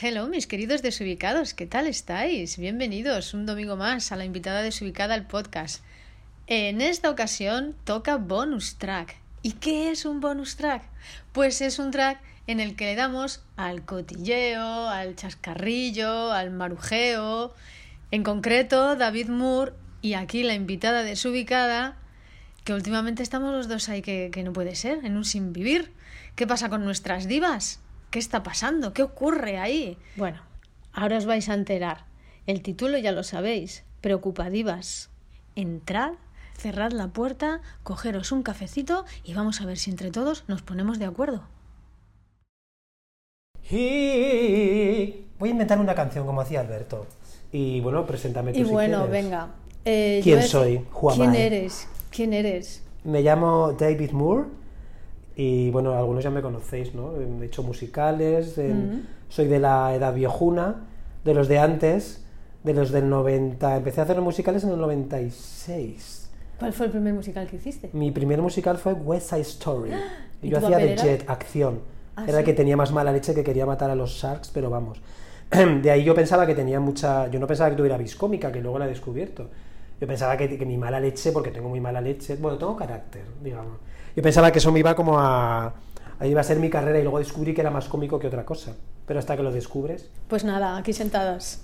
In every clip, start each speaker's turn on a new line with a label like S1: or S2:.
S1: Hello, mis queridos desubicados, ¿qué tal estáis? Bienvenidos un domingo más a la invitada desubicada al podcast. En esta ocasión toca bonus track. ¿Y qué es un bonus track? Pues es un track en el que le damos al cotilleo, al chascarrillo, al marujeo. En concreto, David Moore y aquí la invitada desubicada, que últimamente estamos los dos ahí que, que no puede ser, en un sin vivir. ¿Qué pasa con nuestras divas? ¿Qué está pasando? ¿Qué ocurre ahí? Bueno, ahora os vais a enterar. El título ya lo sabéis. Preocupadivas. Entrad, cerrad la puerta, cogeros un cafecito y vamos a ver si entre todos nos ponemos de acuerdo.
S2: Voy a inventar una canción como hacía Alberto. Y bueno, preséntame tú
S3: Y
S2: si
S3: bueno,
S2: quieres.
S3: venga. Eh,
S2: ¿Quién
S3: yo es-
S2: soy? eh? Juan
S3: ¿Quién
S2: Mae.
S3: eres? ¿Quién eres?
S2: Me llamo David Moore y bueno, algunos ya me conocéis, ¿no? He hecho musicales, en- soy de la edad viejuna, de los de antes, de los del 90. Empecé a hacer musicales en el 96.
S3: ¿Cuál fue el primer musical que hiciste?
S2: Mi primer musical fue West Side Story.
S3: ¿Y
S2: Yo
S3: tu
S2: hacía de
S3: papel era?
S2: Jet, acción.
S3: Ah,
S2: era el
S3: sí.
S2: que tenía más mala leche que quería matar a los Sharks, pero vamos. De ahí yo pensaba que tenía mucha. Yo no pensaba que tuviera viscómica, que luego la he descubierto. Yo pensaba que, que mi mala leche, porque tengo muy mala leche. Bueno, tengo carácter, digamos. Yo pensaba que eso me iba como a. Ahí iba a ser mi carrera y luego descubrí que era más cómico que otra cosa. Pero hasta que lo descubres,
S3: Pues nada, aquí sentadas.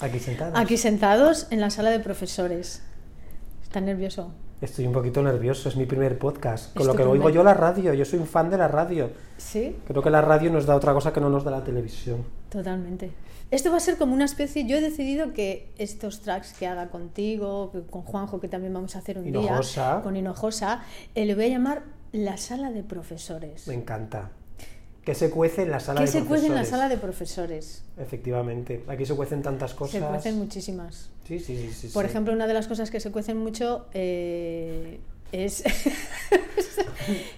S2: aquí sentado.
S3: Aquí sentados en la sala de profesores. ¿Estás nervioso?
S2: Estoy un poquito nervioso, es mi primer podcast. Con
S3: Es
S2: lo
S3: tu
S2: que oigo
S3: primer-
S2: yo la radio, yo soy un fan de la radio.
S3: Sí,
S2: Creo que la radio nos da otra cosa que no nos da la televisión.
S3: totalmente. Esto va a ser como una especie. Yo he decidido que estos tracks que haga contigo, que- con Juanjo, que también vamos a hacer un
S2: Hinojosa.
S3: día, con Hinojosa, eh, le voy a llamar la sala de profesores.
S2: Me encanta. Que se cuece en la sala
S3: ¿Qué
S2: de
S3: se cuece en la
S2: profesores.
S3: sala de profesores?
S2: Efectivamente. Aquí se cuecen tantas
S3: Se
S2: cosas.
S3: cuecen muchísimas.
S2: Sí, sí, sí. sí,
S3: Por
S2: sí.
S3: ejemplo, una de las cosas que se cuecen mucho eh, es,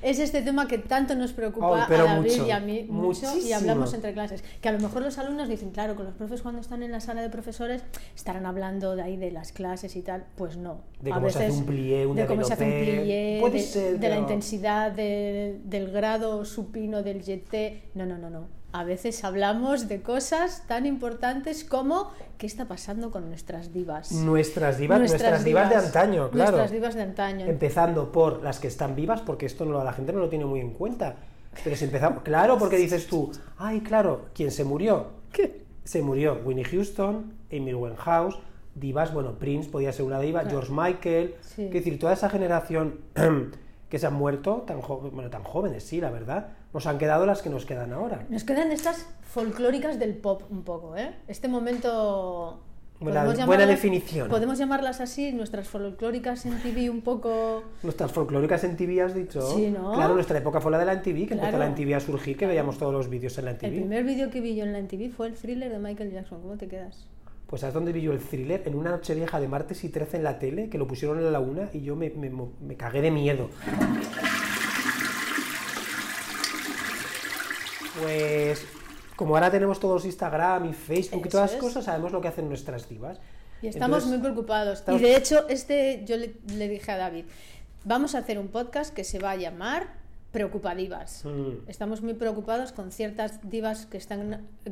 S3: es este tema que tanto nos preocupa
S2: Ay, Oh, pero
S3: a David
S2: mucho,
S3: y a mí mucho y
S2: muchísimo.
S3: hablamos entre clases. Que a lo mejor los alumnos dicen, claro, que los profes cuando están en la sala de profesores estarán hablando de ahí de las clases y tal. Pues no.
S2: De
S3: A
S2: cómo se hace
S3: veces,
S2: un plié, un
S3: de cómo se hace un
S2: developer.
S3: plié,
S2: Puede
S3: de,
S2: ser,
S3: de la
S2: pero-
S3: intensidad del, del grado supino del jeté. No, no, no, no. A veces hablamos de cosas tan importantes como qué está pasando con nuestras divas.
S2: Nuestras divas, nuestras, divas, de antaño, claro.
S3: Nuestras divas de antaño.
S2: Empezando por las que están vivas, porque esto no, la gente no lo tiene muy en cuenta. Pero si empezamos, claro, porque dices tú, ay, claro, ¿quién se murió?
S3: ¿Qué?
S2: Se murió Winnie Houston, Amy Winehouse, divas, bueno, Prince podía ser una diva, George Michael,
S3: Sí.
S2: es decir, toda esa generación que se han muerto, tan jo- bueno, tan jóvenes, sí, la verdad, nos han quedado las que nos quedan ahora.
S3: Nos quedan estas folclóricas del pop un poco, ¿eh? Este momento...
S2: Buena-
S3: podemos
S2: buena
S3: llamarlas-
S2: definición.
S3: Podemos llamarlas así, nuestras folclóricas en TV un poco...
S2: Nuestras folclóricas en TV, has dicho.
S3: Sí, ¿no?
S2: Claro, nuestra época fue la de la NTV, que empezó
S3: Claro.
S2: la NTV a surgir, que veíamos todos los vídeos en la
S3: El
S2: NTV.
S3: primer vídeo que vi yo en la TV fue el thriller de Michael Jackson. ¿Cómo te quedas?
S2: Pues ¿sabes dónde vi yo el thriller? En una noche vieja de martes y 13 en la tele, que lo pusieron a la una y yo me, me mo- me cagué de miedo. Pues como ahora tenemos todos Instagram y Facebook y
S3: Eso
S2: todas las
S3: es.
S2: cosas, sabemos lo que hacen nuestras divas.
S3: Y estamos
S2: Entonces,
S3: muy preocupados.
S2: estamos-
S3: Y de hecho, este yo le, le dije a David, vamos a hacer un podcast que se va a llamar Preocupadivas.
S2: Mm.
S3: Estamos muy preocupados con ciertas divas que están eh,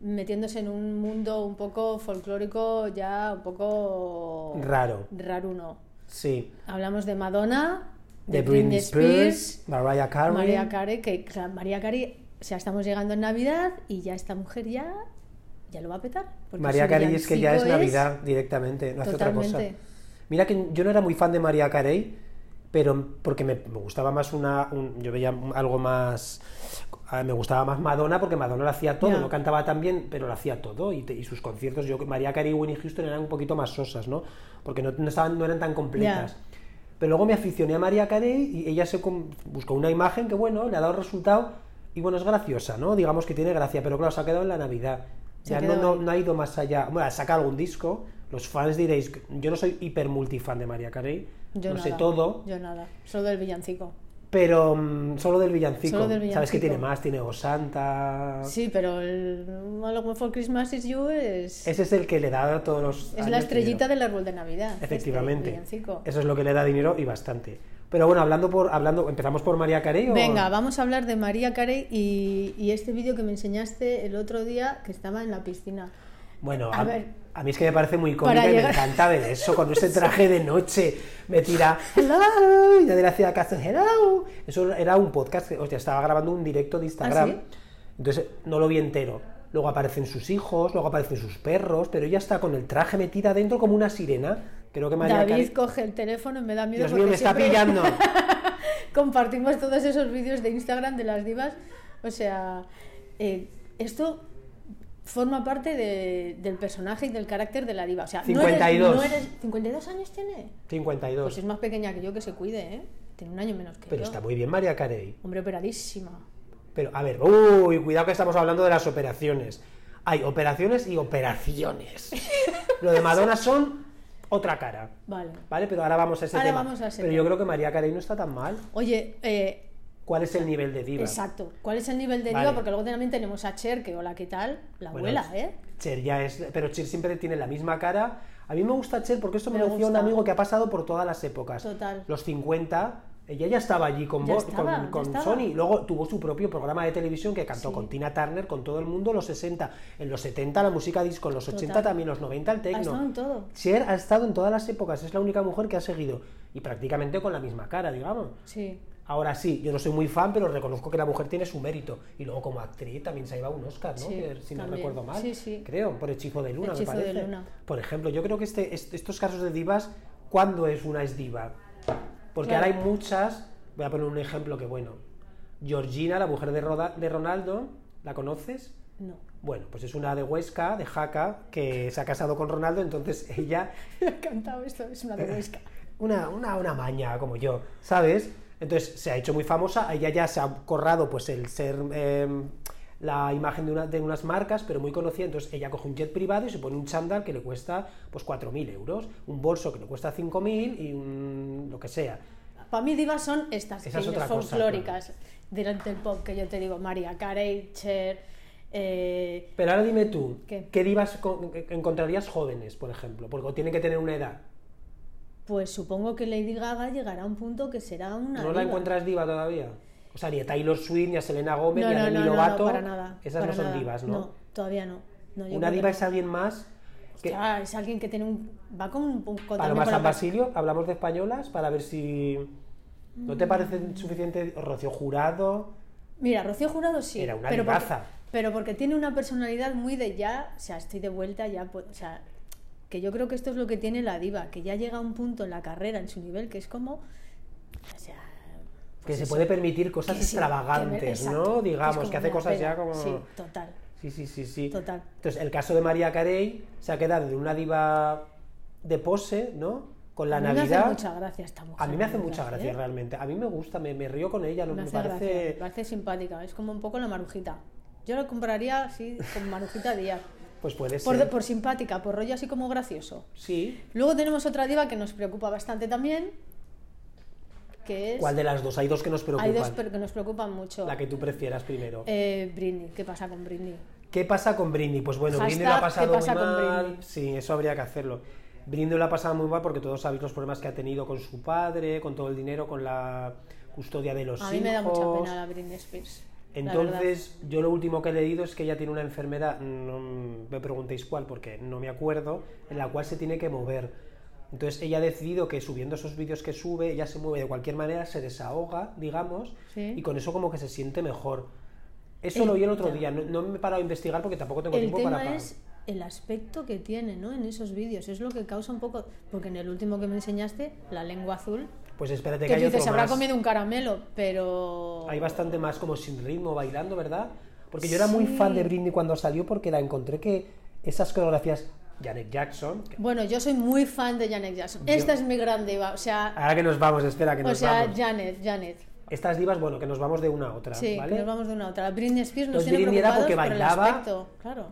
S3: metiéndose en un mundo un poco folclórico, ya un poco
S2: Raro,
S3: raruno.
S2: sí.
S3: Hablamos de Madonna,
S2: De Britney Spears, Mariah Carey.
S3: María Carey, que claro, María Carey, o sea, estamos llegando en Navidad y ya esta mujer ya, ya lo va a petar. porque
S2: María
S3: su
S2: Carey es que ya es
S3: villancico
S2: Navidad directamente, no hace otra cosa.
S3: Totalmente.
S2: Mira que yo no era muy fan de María Carey, pero porque me, me gustaba más una, un- yo veía un- algo más, ah, me gustaba más Madonna porque Madonna lo hacía todo,
S3: Ya.
S2: no cantaba tan bien, pero lo hacía todo y, te- y sus conciertos, yo María Carey y Winnie Houston eran un poquito más sosas, ¿no? Porque no, no estaban, no eran tan completas. Pero luego me aficioné a María Carey y ella se com- buscó una imagen que, bueno, le ha dado resultado y, bueno, es graciosa, ¿no? Digamos que tiene gracia, pero claro, se ha quedado en la Navidad.
S3: Se
S2: ya
S3: ha
S2: no,
S3: quedado
S2: no-
S3: ahí.
S2: no ha ido más allá. Bueno, saca algún disco, Los fans diréis, yo no soy hiper multifan de María Carey,
S3: Yo
S2: no
S3: nada,
S2: sé todo,
S3: Yo nada. Solo del villancico.
S2: pero mm, solo del villancico.
S3: Solo del
S2: Sabes que
S3: villancico.
S2: tiene más, tiene O Santa.
S3: Sí, pero el All I Want for Christmas is You es, es,
S2: Ese es el que le da a todos los. años
S3: la estrellita
S2: dinero.
S3: del árbol de Navidad. este, el
S2: Efectivamente.
S3: villancico.
S2: Eso es lo que le da dinero y bastante. Pero bueno, hablando por hablando, empezamos por María Carey. o-
S3: Venga, vamos a hablar de María Carey y, y este vídeo que me enseñaste el otro día que estaba en la piscina.
S2: Bueno,
S3: A
S2: a,
S3: ver.
S2: a mí es que me parece muy cómica
S3: Para
S2: y
S3: llegar-
S2: me encanta ver eso, con ese traje de noche, me tira hello, y de la ciudad Castle, hello. Eso era un podcast, que, hostia, estaba grabando un directo de Instagram,
S3: ¿Ah, sí?
S2: entonces no lo vi entero. Luego aparecen sus hijos, luego aparecen sus perros, pero ella está con el traje metida dentro como una sirena. Creo que María
S3: David
S2: Carey...
S3: coge el teléfono y me da miedo
S2: Dios
S3: porque
S2: mío, me está
S3: siempre
S2: pillando.
S3: compartimos todos esos vídeos de Instagram de las divas. O sea, eh, esto forma parte de- del personaje y del carácter de la diva. O sea, no eres-
S2: 52.
S3: No eres, ¿52 años tiene?
S2: 52.
S3: Pues es más pequeña que yo, que se cuide, ¿eh? Tiene un año menos que
S2: pero
S3: yo.
S2: está muy bien María Carey.
S3: Hombre, operadísima.
S2: Pero, a ver, uy, cuidado que estamos hablando de las operaciones. Hay operaciones y operaciones. Lo de Madonna son otra cara.
S3: Vale.
S2: ¿Vale? Pero ahora vamos a ese
S3: Ahora
S2: tema.
S3: vamos a ese
S2: Pero
S3: tema.
S2: yo creo que María Carey no está tan mal.
S3: Oye, eh,
S2: ¿Cuál es el nivel de diva?
S3: exacto. ¿Cuál es el nivel de
S2: Vale.
S3: diva? Porque luego también tenemos a Cher, que hola, ¿qué tal? La
S2: Bueno,
S3: abuela, ¿eh?
S2: Cher ya es... Pero Cher siempre tiene la misma cara. A mí me gusta Cher porque esto me,
S3: Me
S2: lo decía
S3: gusta.
S2: un amigo que ha pasado por todas las épocas.
S3: Total.
S2: Los 50... Ella ya estaba allí con,
S3: Ya
S2: Bo-
S3: estaba,
S2: con-
S3: ya
S2: con
S3: estaba.
S2: Sony. Luego tuvo su propio programa de televisión que cantó
S3: Sí.
S2: con Tina Turner, con todo el mundo, los 60. En los 70 la música disco, en los 80
S3: Total.
S2: también, los 90 el
S3: Ha estado en
S2: tecno.
S3: todo.
S2: Cher ha estado en todas las épocas, es la única mujer que ha seguido. Y prácticamente con la misma cara, digamos.
S3: Sí.
S2: Ahora sí, yo no soy muy fan, pero reconozco que la mujer tiene su mérito. Y luego como actriz también se ha llevado un Oscar, ¿no?
S3: Sí,
S2: Que, si no
S3: también.
S2: recuerdo mal.
S3: Sí, sí.
S2: Creo, por Hechizo de Luna,
S3: Hechizo
S2: me
S3: de
S2: parece.
S3: Luna.
S2: Por ejemplo, yo creo que este, est- estos casos de divas, ¿cuándo es una es diva? Porque
S3: Claro.
S2: ahora hay muchas, voy a poner un ejemplo que bueno. Georgina, la mujer de, Roda- de Ronaldo, ¿la conoces?
S3: No.
S2: Bueno, pues es una de Huesca, de Jaca, que se ha casado con Ronaldo, entonces ella
S3: Me ha encantado esto, es una de huesca.
S2: una, una, una maña como yo, ¿sabes? Entonces se ha hecho muy famosa, a ella ya se ha corrado pues el ser eh, la imagen de, una- de unas marcas, pero muy conocida, entonces ella coge un jet privado y se pone un chándal que le cuesta pues 4.000 euros, un bolso que le cuesta 5.000 y un lo que sea.
S3: Para mí divas son estas,
S2: Esa es
S3: que
S2: otra cosa,
S3: folclóricas, delante del pop, que yo te digo, María Carey, Cher, eh,
S2: Pero ahora dime tú,
S3: ¿Qué?
S2: divas con- encontrarías jóvenes, por ejemplo? Porque tienen que tener una edad.
S3: pues supongo que Lady Gaga llegará a un punto que será una
S2: ¿No
S3: diva.
S2: la encuentras diva todavía? O sea, ni a Taylor Swift, ni a Selena Gómez,
S3: no,
S2: ni a
S3: no,
S2: Demi
S3: no, no,
S2: Lovato.
S3: no, para nada.
S2: Esas
S3: para
S2: no son
S3: nada.
S2: divas, ¿no?
S3: todavía no. No, yo
S2: Una
S3: creo que no.
S2: diva es alguien más que
S3: Hostia, es alguien que tiene un... va con un poco... también
S2: Paloma
S3: con la
S2: San
S3: pas-
S2: Basilio, hablamos de españolas para ver si no te
S3: Mm.
S2: parece suficiente Rocío Jurado.
S3: Mira, Rocío Jurado sí.
S2: Era una
S3: pero porque,
S2: divaza.
S3: pero porque tiene una personalidad muy de ya, o sea, estoy de vuelta, ya puedo- o sea, que yo creo que esto es lo que tiene la diva, que ya llega a un punto en la carrera, en su nivel, que es como, o sea,
S2: Que
S3: pues
S2: se
S3: eso,
S2: puede permitir cosas
S3: que sí, que me-
S2: extravagantes,
S3: exacto,
S2: ¿no?
S3: es
S2: Digamos,
S3: como,
S2: que hace
S3: me la
S2: cosas
S3: pela.
S2: ya como...
S3: Sí, total.
S2: Sí, sí, sí, sí.
S3: Total.
S2: Entonces, el caso de María Carey se ha quedado de una diva de pose, ¿no? Con la
S3: a mí me
S2: Navidad.
S3: hace mucha gracia esta mujer.
S2: A mí me hace
S3: la
S2: mucha
S3: verdad,
S2: gracia
S3: ¿eh?
S2: realmente. A mí me gusta, me, me río con ella, no
S3: Me
S2: me,
S3: hace gracia,
S2: parece...
S3: me parece simpática, es como un poco la marujita. Yo la compraría así, con marujita Díaz.
S2: Pues puede ser.
S3: Por, por simpática, por rollo así como gracioso.
S2: Sí.
S3: Luego tenemos otra diva que nos preocupa bastante también, que es...
S2: ¿Cuál de las dos? Hay dos que nos preocupan.
S3: Hay dos pero que nos preocupan mucho.
S2: La que tú prefieras primero.
S3: Eh, Britney, ¿qué pasa con Britney?
S2: ¿Qué pasa con Britney? Pues bueno,
S3: Hashtag,
S2: Britney lo ha pasado
S3: ¿qué pasa
S2: muy
S3: con
S2: mal.
S3: Britney?
S2: Sí, eso habría que hacerlo. Britney lo ha pasado muy mal porque todos sabéis los problemas que ha tenido con su padre, con todo el dinero, con la custodia de los
S3: A
S2: hijos.
S3: mí me da mucha pena la Britney Spears. la verdad.
S2: Entonces, yo lo último que he leído es que ella tiene una enfermedad, no me preguntéis cuál porque no me acuerdo, en la cual se tiene que mover. Entonces, ella ha decidido que subiendo esos vídeos que sube, ella se mueve de cualquier manera, se desahoga, digamos,
S3: Sí.
S2: y con eso como que se siente mejor. Eso
S3: El-
S2: lo vi el otro
S3: ya.
S2: día, no, no me he parado a investigar porque tampoco tengo
S3: el
S2: tiempo este para...
S3: tema
S2: pa-
S3: es el aspecto que tiene, ¿no? En esos vídeos es lo que causa un poco, porque en el último que me enseñaste, la lengua azul,
S2: Pues espérate que,
S3: que
S2: hay
S3: tú dices,
S2: otro
S3: habrá
S2: más.
S3: comido un caramelo, pero
S2: Hay bastante más como sin ritmo bailando, ¿verdad? Porque yo era muy fan de
S3: Sí.
S2: Britney cuando salió porque la encontré que esas coreografías... Janet Jackson, que-
S3: bueno, yo soy muy fan de Janet Jackson.
S2: Yo-
S3: Esta es mi gran diva, o sea,
S2: Ahora que nos vamos, espera, que
S3: o
S2: nos
S3: sea,
S2: vamos.
S3: Janet, Janet.
S2: Estas divas, bueno, que nos vamos de una a otra,
S3: Sí, que
S2: ¿vale?
S3: nos vamos de una a otra. Britney Spears nos
S2: Pues
S3: tiene
S2: Britney era
S3: preocupados
S2: porque
S3: por el
S2: bailaba.
S3: aspecto, claro.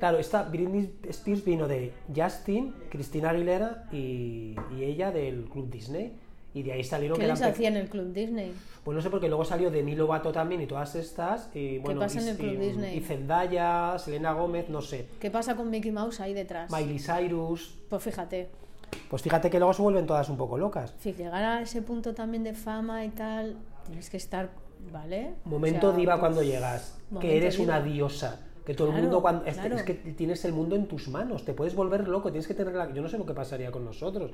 S2: Claro, esta Britney Spears vino de Justin, Cristina Aguilera y, y ella del Club Disney. Y de ahí salieron
S3: ¿Qué
S2: que
S3: les
S2: eran pe-
S3: hacía en el Club Disney?
S2: Pues no sé, porque luego salió Demi Lovato también y todas estas. Y bueno,
S3: pasa
S2: y-
S3: en el Club
S2: y-
S3: Disney?
S2: y Zendaya, Selena Gómez, no sé.
S3: ¿Qué pasa con Mickey Mouse ahí detrás?
S2: Miley Cyrus.
S3: Pues fíjate,
S2: Pues fíjate que luego se vuelven todas un poco locas.
S3: si llegar a ese punto también de fama y tal, tienes que estar, ¿vale?
S2: Momento
S3: O sea,
S2: diva cuando llegas, que
S3: pues, momento
S2: eres una
S3: diva.
S2: diosa, que todo el
S3: Claro,
S2: mundo cuando es,
S3: claro.
S2: es que tienes el mundo en tus manos, te puedes volver loco, tienes que tener la, yo no sé lo que pasaría con nosotros.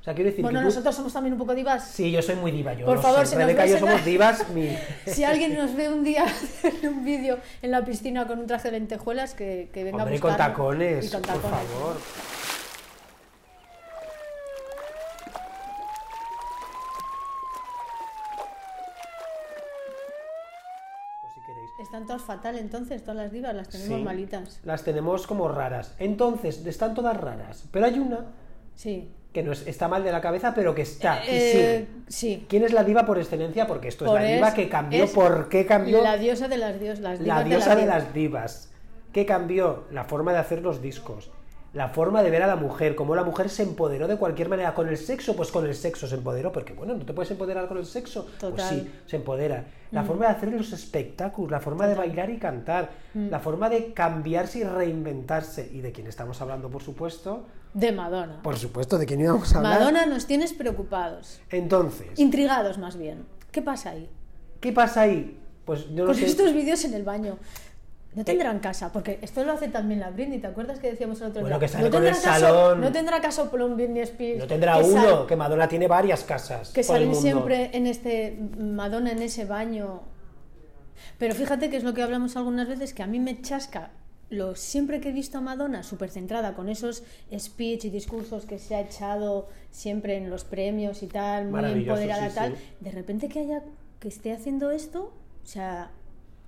S2: O sea, quiero decir,
S3: Bueno,
S2: que tú-
S3: nosotros somos también un poco divas.
S2: sí, yo soy muy diva, yo
S3: Por
S2: lo
S3: favor,
S2: sé.
S3: se nos
S2: Rebeca
S3: va
S2: y yo
S3: a
S2: somos
S3: sacar-
S2: divas, mi-
S3: Si alguien nos ve un día en un vídeo en la piscina con un traje de lentejuelas, que, que venga
S2: hombre
S3: a buscarnos.
S2: con tacones,
S3: Y con
S2: por
S3: tacones.
S2: favor. Pues si queréis.
S3: Están todas fatal entonces, todas las divas, las tenemos
S2: Sí.
S3: malitas.
S2: Las tenemos como raras. Entonces, están todas raras, pero hay una
S3: Sí.
S2: que no es- está mal de la cabeza, pero que está. y
S3: Eh,
S2: sigue.
S3: sí.
S2: ¿Quién es la diva por excelencia? Porque esto
S3: Por
S2: es Pues la
S3: es-
S2: diva que cambió.
S3: es
S2: ¿Por qué cambió?
S3: La diosa de las diosas. Las divas
S2: la diosa de
S3: divas.
S2: las divas. ¿Qué cambió? La forma de hacer los discos. La forma de ver a la mujer, cómo la mujer se empoderó de cualquier manera con el sexo, pues con el sexo se empoderó, porque bueno, no te puedes empoderar con el sexo, pues
S3: Total. Mm.
S2: sí, se empodera. La forma de hacer los espectáculos, la forma de bailar y cantar,
S3: Mm.
S2: la forma de cambiarse y reinventarse, y de quién estamos hablando, por supuesto,
S3: De Madonna.
S2: por supuesto, de quién íbamos a Pues, hablar.
S3: Madonna nos tienes preocupados.
S2: Entonces,
S3: Intrigados más bien. ¿Qué pasa ahí?
S2: ¿qué pasa ahí? Pues yo no
S3: Con
S2: sé. Eh.
S3: estos vídeos en el baño. No tendrán casa, porque esto lo hace también la Britney, ¿te acuerdas que decíamos el otro
S2: Bueno,
S3: día?
S2: que sale
S3: no
S2: con el
S3: tendrá caso-
S2: salón.
S3: No tendrá caso por un Britney Spears.
S2: No tendrá
S3: que
S2: uno,
S3: sale-
S2: que Madonna tiene varias casas.
S3: que
S2: por el
S3: salen
S2: mundo.
S3: siempre en este Madonna en ese baño. Pero fíjate que es lo que hablamos algunas veces que a mí me chasca lo siempre que he visto a Madonna súper centrada con esos speech y discursos que se ha echado siempre en los premios y tal, muy
S2: Maravilloso,
S3: empoderada
S2: sí,
S3: tal,
S2: sí.
S3: de repente que haya que esté haciendo esto, o sea,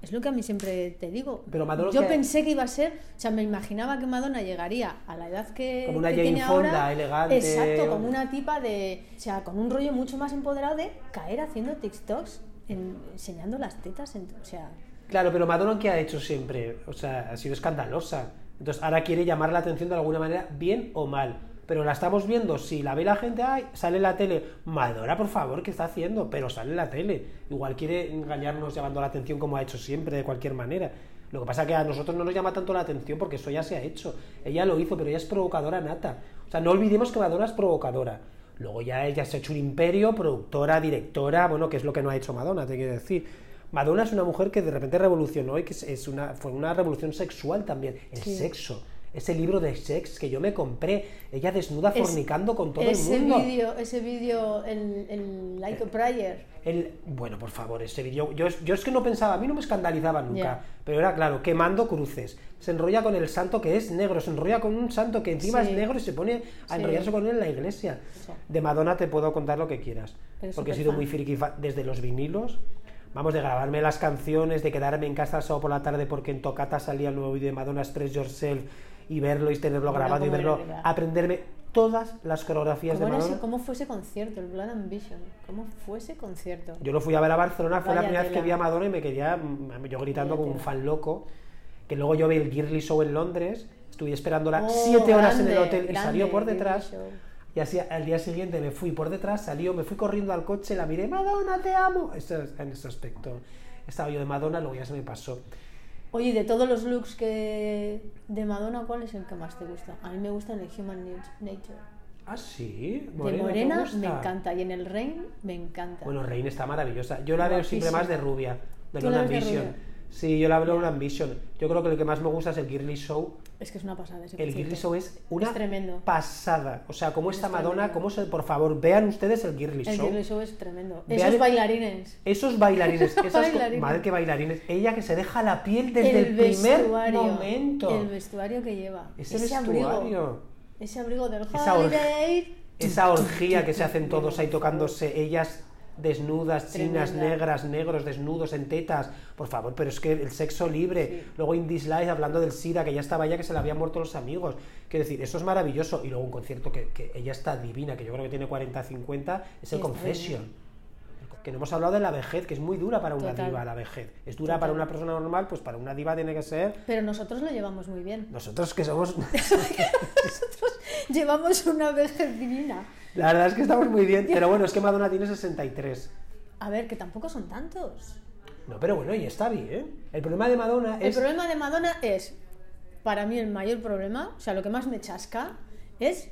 S3: es lo que a mí siempre te digo.
S2: Pero Madonna
S3: Yo
S2: que-
S3: pensé que iba a ser, o sea, me imaginaba que Madonna llegaría a la edad que
S2: Como una
S3: que
S2: Jane
S3: tiene
S2: Fonda,
S3: ahora.
S2: elegante.
S3: Exacto, como una tipa de. O sea, con un rollo mucho más empoderado de caer haciendo TikToks, en- enseñando las tetas. en- o sea,
S2: Claro, pero Madonna que ha hecho siempre, o sea, ha sido escandalosa. Entonces ahora quiere llamar la atención de alguna manera, bien o mal. Pero la estamos viendo, si la ve la gente, ay, sale en la tele. Madonna, por favor, ¿qué está haciendo? Pero sale en la tele. Igual quiere engañarnos llamando la atención como ha hecho siempre, de cualquier manera. Lo que pasa que a nosotros no nos llama tanto la atención porque eso ya se ha hecho. Ella lo hizo, pero ella es provocadora nata. O sea, no olvidemos que Madonna es provocadora. Luego ya ella se ha hecho un imperio, productora, directora, bueno, que es lo que no ha hecho Madonna, te quiero decir. Madonna es una mujer que de repente revolucionó y que es- es una, fue una revolución sexual también. El
S3: Sí.
S2: sexo. Ese libro de sex que yo me compré, ella desnuda
S3: Es-
S2: fornicando con todo el
S3: ese
S2: mundo. Eh.
S3: vídeo, ese vídeo, el, el Like a Prayer.
S2: El- bueno, por favor, ese vídeo. Yo, es- yo es que no pensaba, a mí no me escandalizaba nunca.
S3: Ya.
S2: Pero era claro, quemando cruces. Se enrolla con el santo que es negro, se enrolla con un santo que encima
S3: Sí.
S2: es negro y se pone a
S3: Sí.
S2: enrollarse con él en la iglesia.
S3: Sí.
S2: De Madonna te puedo contar lo que quieras.
S3: Eres
S2: porque he
S3: superfan.
S2: sido muy friki fa- desde los vinilos. Vamos, de grabarme las canciones, de quedarme en casa el sábado por la tarde porque en Tocata salía el nuevo vídeo de Madonna Express Yourself y verlo y tenerlo
S3: Bueno,
S2: grabado y
S3: cómo
S2: verlo,
S3: era.
S2: aprenderme todas las coreografías de
S3: ¿Cómo, era
S2: Madonna.
S3: ese- cómo fue ese concierto? El Blood Ambition. ¿Cómo fue ese concierto?
S2: Yo lo fui a ver a Barcelona, fue la
S3: Vaya
S2: primera vez que
S3: tela.
S2: vi a Madonna y me quería, mm, yo gritando
S3: Vaya
S2: como un
S3: tela.
S2: fan loco, que luego yo vi el Girly Show en Londres, estuve esperándola
S3: Oh,
S2: siete horas en el
S3: grande,
S2: hotel y salió
S3: grande,
S2: por
S3: Girly
S2: detrás.
S3: Show.
S2: Y así al día siguiente me fui por detrás, salió, me fui corriendo al coche, la miré, Madonna, te amo. Eso es- en ese aspecto. Estaba yo de Madonna, luego ya se me pasó.
S3: Oye, de todos los looks que de Madonna, ¿cuál es el que más te gusta? A mí me gusta el de Human Nature.
S2: Ah, sí,
S3: de
S2: Morena, te
S3: morena
S2: gusta.
S3: me encanta y en el rain me encanta.
S2: Bueno, Reina está maravillosa. Yo la veo siempre
S3: Guapísima.
S2: más de rubia, de
S3: Tú la
S2: Lone
S3: ves de
S2: Ambition.
S3: rubia.
S2: Sí, yo la veo de Lone Ambition. Yo creo que lo que más me gusta es el Girly Show.
S3: es que es una pasada ese
S2: El
S3: concierto.
S2: Girly Show es una
S3: Es tremendo.
S2: pasada. O sea, como esta Madonna,
S3: tremendo.
S2: como se, por favor, vean ustedes el Girly
S3: El
S2: Show.
S3: Girly Show es tremendo.
S2: Vean
S3: Esos
S2: el-
S3: bailarines.
S2: Esos bailarines, esas co-
S3: Bailarines.
S2: madre que bailarines, ella que se deja la piel desde el, primer
S3: vestuario.
S2: momento.
S3: El vestuario que lleva.
S2: Ese
S3: abrigo.
S2: vestuario.
S3: Ese abrigo del
S2: Esa or-
S3: Holiday.
S2: Esa orgía que se hacen todos ahí tocándose, ellas desnudas, chinas,
S3: Tremenda.
S2: negras, negros, desnudos, en tetas, por favor, pero es que el sexo libre, luego in This Life hablando del SIDA, que ya estaba ya que se le habían muerto los amigos, quiero decir, eso es maravilloso, y luego un concierto que, que ella está divina, que yo creo que tiene 40, 50, es el
S3: Está
S2: Confession. que no hemos hablado de la vejez, que es muy dura para una
S3: Total.
S2: diva la vejez. Es dura
S3: Total.
S2: para una persona normal, pues para una diva tiene que ser...
S3: Pero nosotros lo llevamos muy bien.
S2: Nosotros que somos...
S3: Nosotros llevamos una vejez divina.
S2: la verdad es que estamos muy bien, pero bueno, es que Madonna tiene 63.
S3: A ver, que tampoco son tantos.
S2: No, pero bueno, y está bien. ¿eh? El problema de Madonna
S3: El
S2: es...
S3: problema de Madonna es, para mí el mayor problema, o sea, lo que más me chasca, es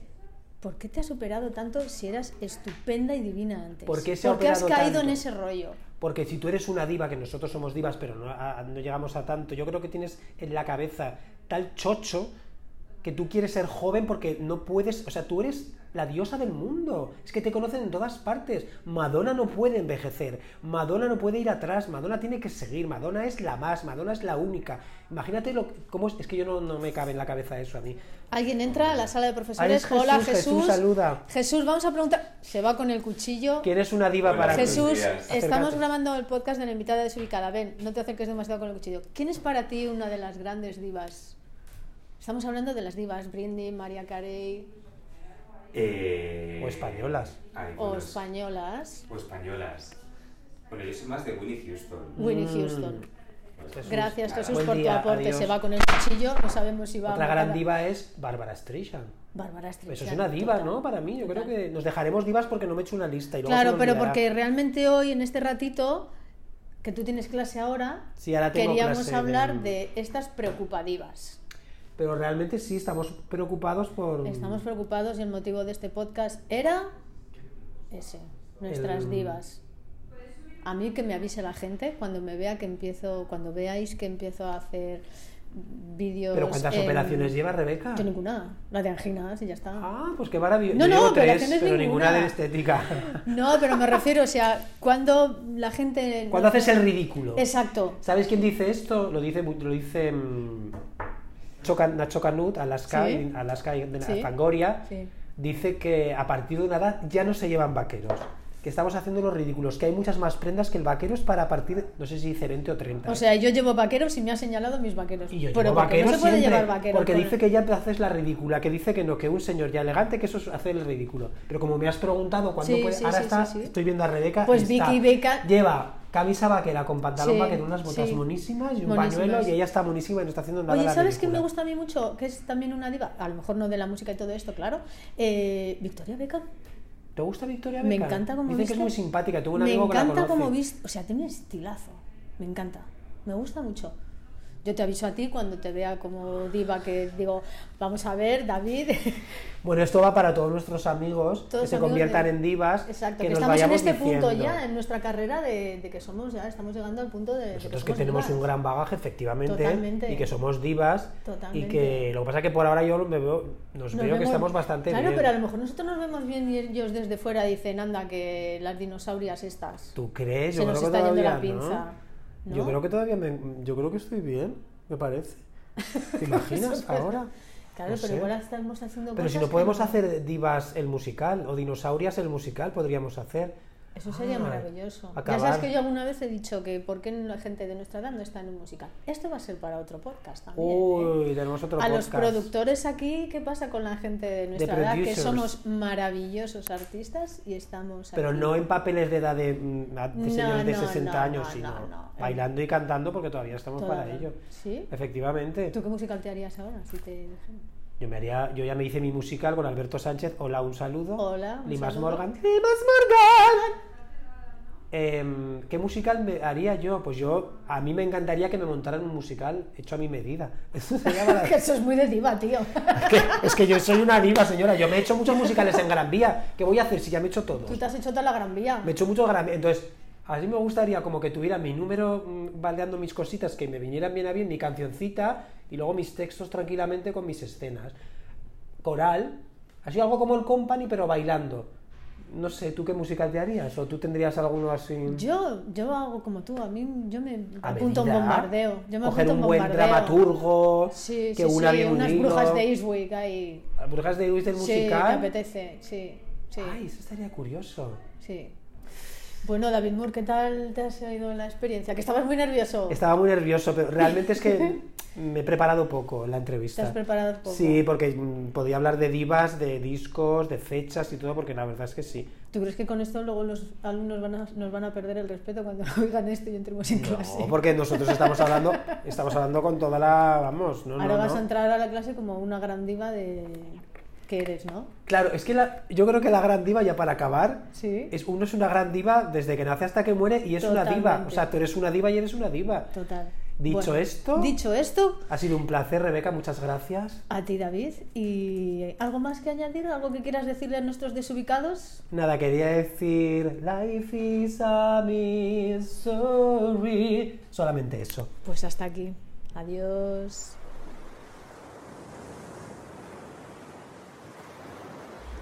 S3: ¿por qué te has superado tanto si eras estupenda y divina antes?
S2: ¿Por qué se ha
S3: has
S2: operado
S3: caído en
S2: tanto?
S3: ese rollo?
S2: Porque si tú eres una diva, que nosotros somos divas, pero no, a- no llegamos a tanto, yo creo que tienes en la cabeza tal chocho que tú quieres ser joven porque no puedes, o sea, tú eres la diosa del mundo, es que te conocen en todas partes, Madonna no puede envejecer, Madonna no puede ir atrás, Madonna tiene que seguir, Madonna es la más, Madonna es la única, imagínate lo, cómo es, es que yo no, no me cabe en la cabeza eso a mí,
S3: Alguien entra a la sala de profesores,
S2: Ah, es
S3: hola
S2: Jesús,
S3: Jesús,
S2: Jesús, saluda.
S3: Jesús, vamos a preguntar, se va con el cuchillo.
S2: que eres una diva
S4: Hola,
S2: para...
S3: Jesús,
S4: Buenos días.
S3: estamos
S2: Acércate.
S3: grabando el podcast de la invitada desubicada. Ven, no te acerques demasiado con el cuchillo. ¿Quién es para ti una de las grandes divas? Estamos hablando de las divas, Britney, María Carey
S4: Eh,
S2: O españolas.
S3: o
S4: algunas.
S3: españolas,
S4: O españolas. Bueno, yo soy más de Winnie Houston.
S3: Winnie Houston.
S2: Jesús.
S3: Gracias
S4: Nada.
S3: Jesús
S2: Mm. Buen
S3: por
S2: día,
S3: tu aporte.
S2: adiós.
S3: Se va con el cuchillo, no sabemos si va
S2: Otra
S3: a matar
S2: gran
S3: a-
S2: diva es Bárbara Streisand.
S3: Bárbara
S2: Eso es
S3: Streisand,
S2: una diva,
S3: total.
S2: ¿no? Para mí, yo creo
S3: Total.
S2: que nos dejaremos divas porque no me he hecho una lista. Y luego se
S3: Claro,
S2: me
S3: pero
S2: olvidará.
S3: porque realmente hoy, en este ratito, que tú tienes clase ahora,
S2: Sí, ahora tengo
S3: queríamos
S2: clase
S3: hablar
S2: de- mm.
S3: de estas preocupadivas.
S2: Pero realmente sí estamos preocupados por.
S3: Estamos preocupados y el motivo de este podcast era ese, nuestras
S2: El-
S3: divas. A mí que me avise la gente cuando me vea que empiezo, cuando veáis que empiezo a hacer vídeos.
S2: ¿Pero cuántas
S3: en-
S2: operaciones lleva Rebeca?
S3: eh, Yo ninguna, la de anginas y ya está.
S2: Ah, pues qué maravilloso.
S3: No,
S2: Yo
S3: no,
S2: llevo tres,
S3: operaciones
S2: pero ninguna
S3: ninguna.
S2: de estética.
S3: No, pero me refiero, o sea, cuando la gente.
S2: Cuando haces el ridículo.
S3: Exacto.
S2: ¿Sabes quién dice esto? Lo dice, mu- lo dice mm, Choca- Nacho Canut, Alaska,
S3: Sí.
S2: Alaska y- de la
S3: Sí.
S2: Fangoria.
S3: Sí.
S2: Dice que a partir de una edad ya no se llevan vaqueros. Que estamos haciendo los ridículos, que hay muchas más prendas que el vaquero es para partir, no sé si dice 20 o 30.
S3: O sea, yo llevo vaqueros y me ha señalado mis vaqueros.
S2: Y yo
S3: pero
S2: llevo
S3: porque
S2: vaqueros
S3: no se puede
S2: siempre,
S3: llevar vaqueros.
S2: Porque
S3: con-
S2: dice que ya te haces la ridícula, que dice que no, que un señor ya elegante, que eso es hacer el ridículo. Pero como me has preguntado cuándo
S3: Sí,
S2: puede.
S3: sí,
S2: ahora
S3: sí,
S2: está,
S3: sí, sí.
S2: estoy viendo a Rebeca.
S3: Pues
S2: y está-
S3: Vicky Beca-
S2: Lleva camisa vaquera con pantalón
S3: Sí,
S2: vaquero, unas botas
S3: sí.
S2: monísimas y un
S3: Monísimas.
S2: pañuelo, y ella está monísima y no está haciendo nada.
S3: Oye,
S2: la
S3: ¿sabes qué me
S2: ridícula.
S3: gusta a mí mucho? Que es también una diva, a lo mejor no de la música y todo esto, claro. Eh, Victoria Beckham.
S2: ¿Te gusta Victoria
S3: Me
S2: Beckham?
S3: encanta como
S2: Dicen
S3: viste.
S2: que es muy simpática, tuvo un
S3: Me
S2: amigo que
S3: encanta
S2: la conoce.
S3: como viste. O sea, tiene un estilazo. Me encanta. Me gusta mucho. Yo te aviso a ti cuando te vea como diva que digo, vamos a ver, David.
S2: Bueno, esto va para todos nuestros amigos
S3: Todos
S2: que se
S3: amigos
S2: conviertan
S3: de-
S2: en divas.
S3: Exacto, que,
S2: que, nos
S3: estamos en
S2: vayamos
S3: este punto
S2: diciendo.
S3: ya, en nuestra carrera de, de que somos ya, estamos llegando al punto de. de
S2: Nosotros que
S3: somos
S2: tenemos
S3: divas.
S2: un gran bagaje, efectivamente,
S3: Totalmente.
S2: y que somos divas,
S3: Totalmente.
S2: y que lo que pasa es que por ahora yo me veo,
S3: Nos
S2: nos, veo que
S3: vemos-
S2: estamos bastante
S3: claro,
S2: bien.
S3: pero a lo mejor nosotros nos vemos bien y ellos desde fuera dicen, anda, que las dinosaurias estas.
S2: ¿Tú crees?
S3: Se nos
S2: que
S3: está yendo la
S2: todavía no.
S3: pinza, ¿no?
S2: Yo creo que todavía me- yo creo que estoy bien, me parece. ¿Te imaginas ahora?
S3: Claro,
S2: No
S3: pero
S2: sé.
S3: igual estamos haciendo
S2: Pero si
S3: cosas
S2: no
S3: que
S2: podemos hacer divas el musical o dinosaurias el musical, podríamos hacer.
S3: Eso sería
S2: Ah,
S3: maravilloso.
S2: acabar.
S3: Ya sabes que yo alguna vez he dicho que por qué la gente de nuestra edad no está en un musical. Esto va a ser para otro podcast también. ¿eh?
S2: Uy, tenemos otro
S3: A los
S2: podcast.
S3: productores aquí, ¿qué pasa con la gente de nuestra
S2: De
S3: edad? Que
S2: producers.
S3: somos maravillosos artistas y estamos
S2: Pero
S3: aquí.
S2: no en papeles de edad de, mm, a- de
S3: No,
S2: señores de
S3: no,
S2: 60
S3: no,
S2: años,
S3: no,
S2: sino
S3: no, no.
S2: bailando y cantando porque todavía estamos para
S3: Todavía.
S2: ello.
S3: ¿Sí?
S2: Efectivamente.
S3: ¿Tú qué musical te harías ahora? Si te dijeran?
S2: Yo, me haría, yo ya me hice mi musical con Alberto Sánchez. Hola, un saludo.
S3: Hola, un
S2: Limas
S3: saludo.
S2: Morgan. ¡Limas Morgan! Em, ¿Qué musical me haría yo? Pues yo, a mí me encantaría que me montaran un musical hecho a mi medida. Eso sería maravilloso.
S3: Que eso es muy de diva, tío.
S2: Que- es que yo soy una diva, señora. Yo me he hecho muchos musicales en Gran Vía. ¿Qué voy a hacer si ya me he hecho todos?
S3: Tú te has hecho toda la gran vía.
S2: Me he hecho muchos Gran Vía. Entonces, así me gustaría como que tuviera mi número mm, baldeando mis cositas, que me vinieran bien a bien, mi cancioncita y luego mis textos tranquilamente con mis escenas. Coral. Así algo como el company, pero bailando. No sé, ¿tú qué musical te harías? ¿O tú tendrías alguno así?
S3: Yo, yo hago como tú, a mí yo me
S2: a
S3: apunto a un
S2: medida?
S3: bombardeo. Yo me
S2: Coger
S3: apunto a
S2: un
S3: un
S2: buen
S3: bombardeo.
S2: dramaturgo.
S3: Sí,
S2: que
S3: sí,
S2: una
S3: sí,
S2: bien un
S3: unas
S2: hilo.
S3: brujas de Eastwick ahí.
S2: Brujas de Luis del
S3: Sí, me
S2: musical.
S3: apetece, sí, sí,
S2: Ay, eso estaría curioso.
S3: sí. Bueno, David Moore, ¿qué tal te has ido la experiencia? Que estabas muy nervioso.
S2: Estaba muy nervioso, pero realmente es que me he preparado poco en la entrevista.
S3: Te has preparado poco.
S2: Sí, porque mm, podía hablar de divas, de discos, de fechas y todo, porque la verdad es que sí.
S3: ¿Tú crees que con esto luego los alumnos van a- nos van a perder el respeto cuando oigan esto y entremos en clase?
S2: No, porque nosotros estamos hablando, estamos hablando con toda la, vamos, no, no,
S3: Ahora vas
S2: no.
S3: a entrar a la clase como una gran diva de... que eres, ¿no?
S2: Claro, es que la- yo creo que la gran diva, ya para acabar,
S3: Sí.
S2: es, uno es una gran diva desde que nace hasta que muere y es una diva. O
S3: Totalmente.
S2: sea, tú eres una diva y eres una diva.
S3: Total.
S2: Dicho esto-
S3: Dicho esto,
S2: Ha sido un placer, Rebeca, muchas gracias.
S3: a ti David, y algo más que añadir, algo que quieras decirle a nuestros desubicados.
S2: Nada, quería decir Life is a misery. Solamente eso.
S3: Pues hasta aquí. Adiós.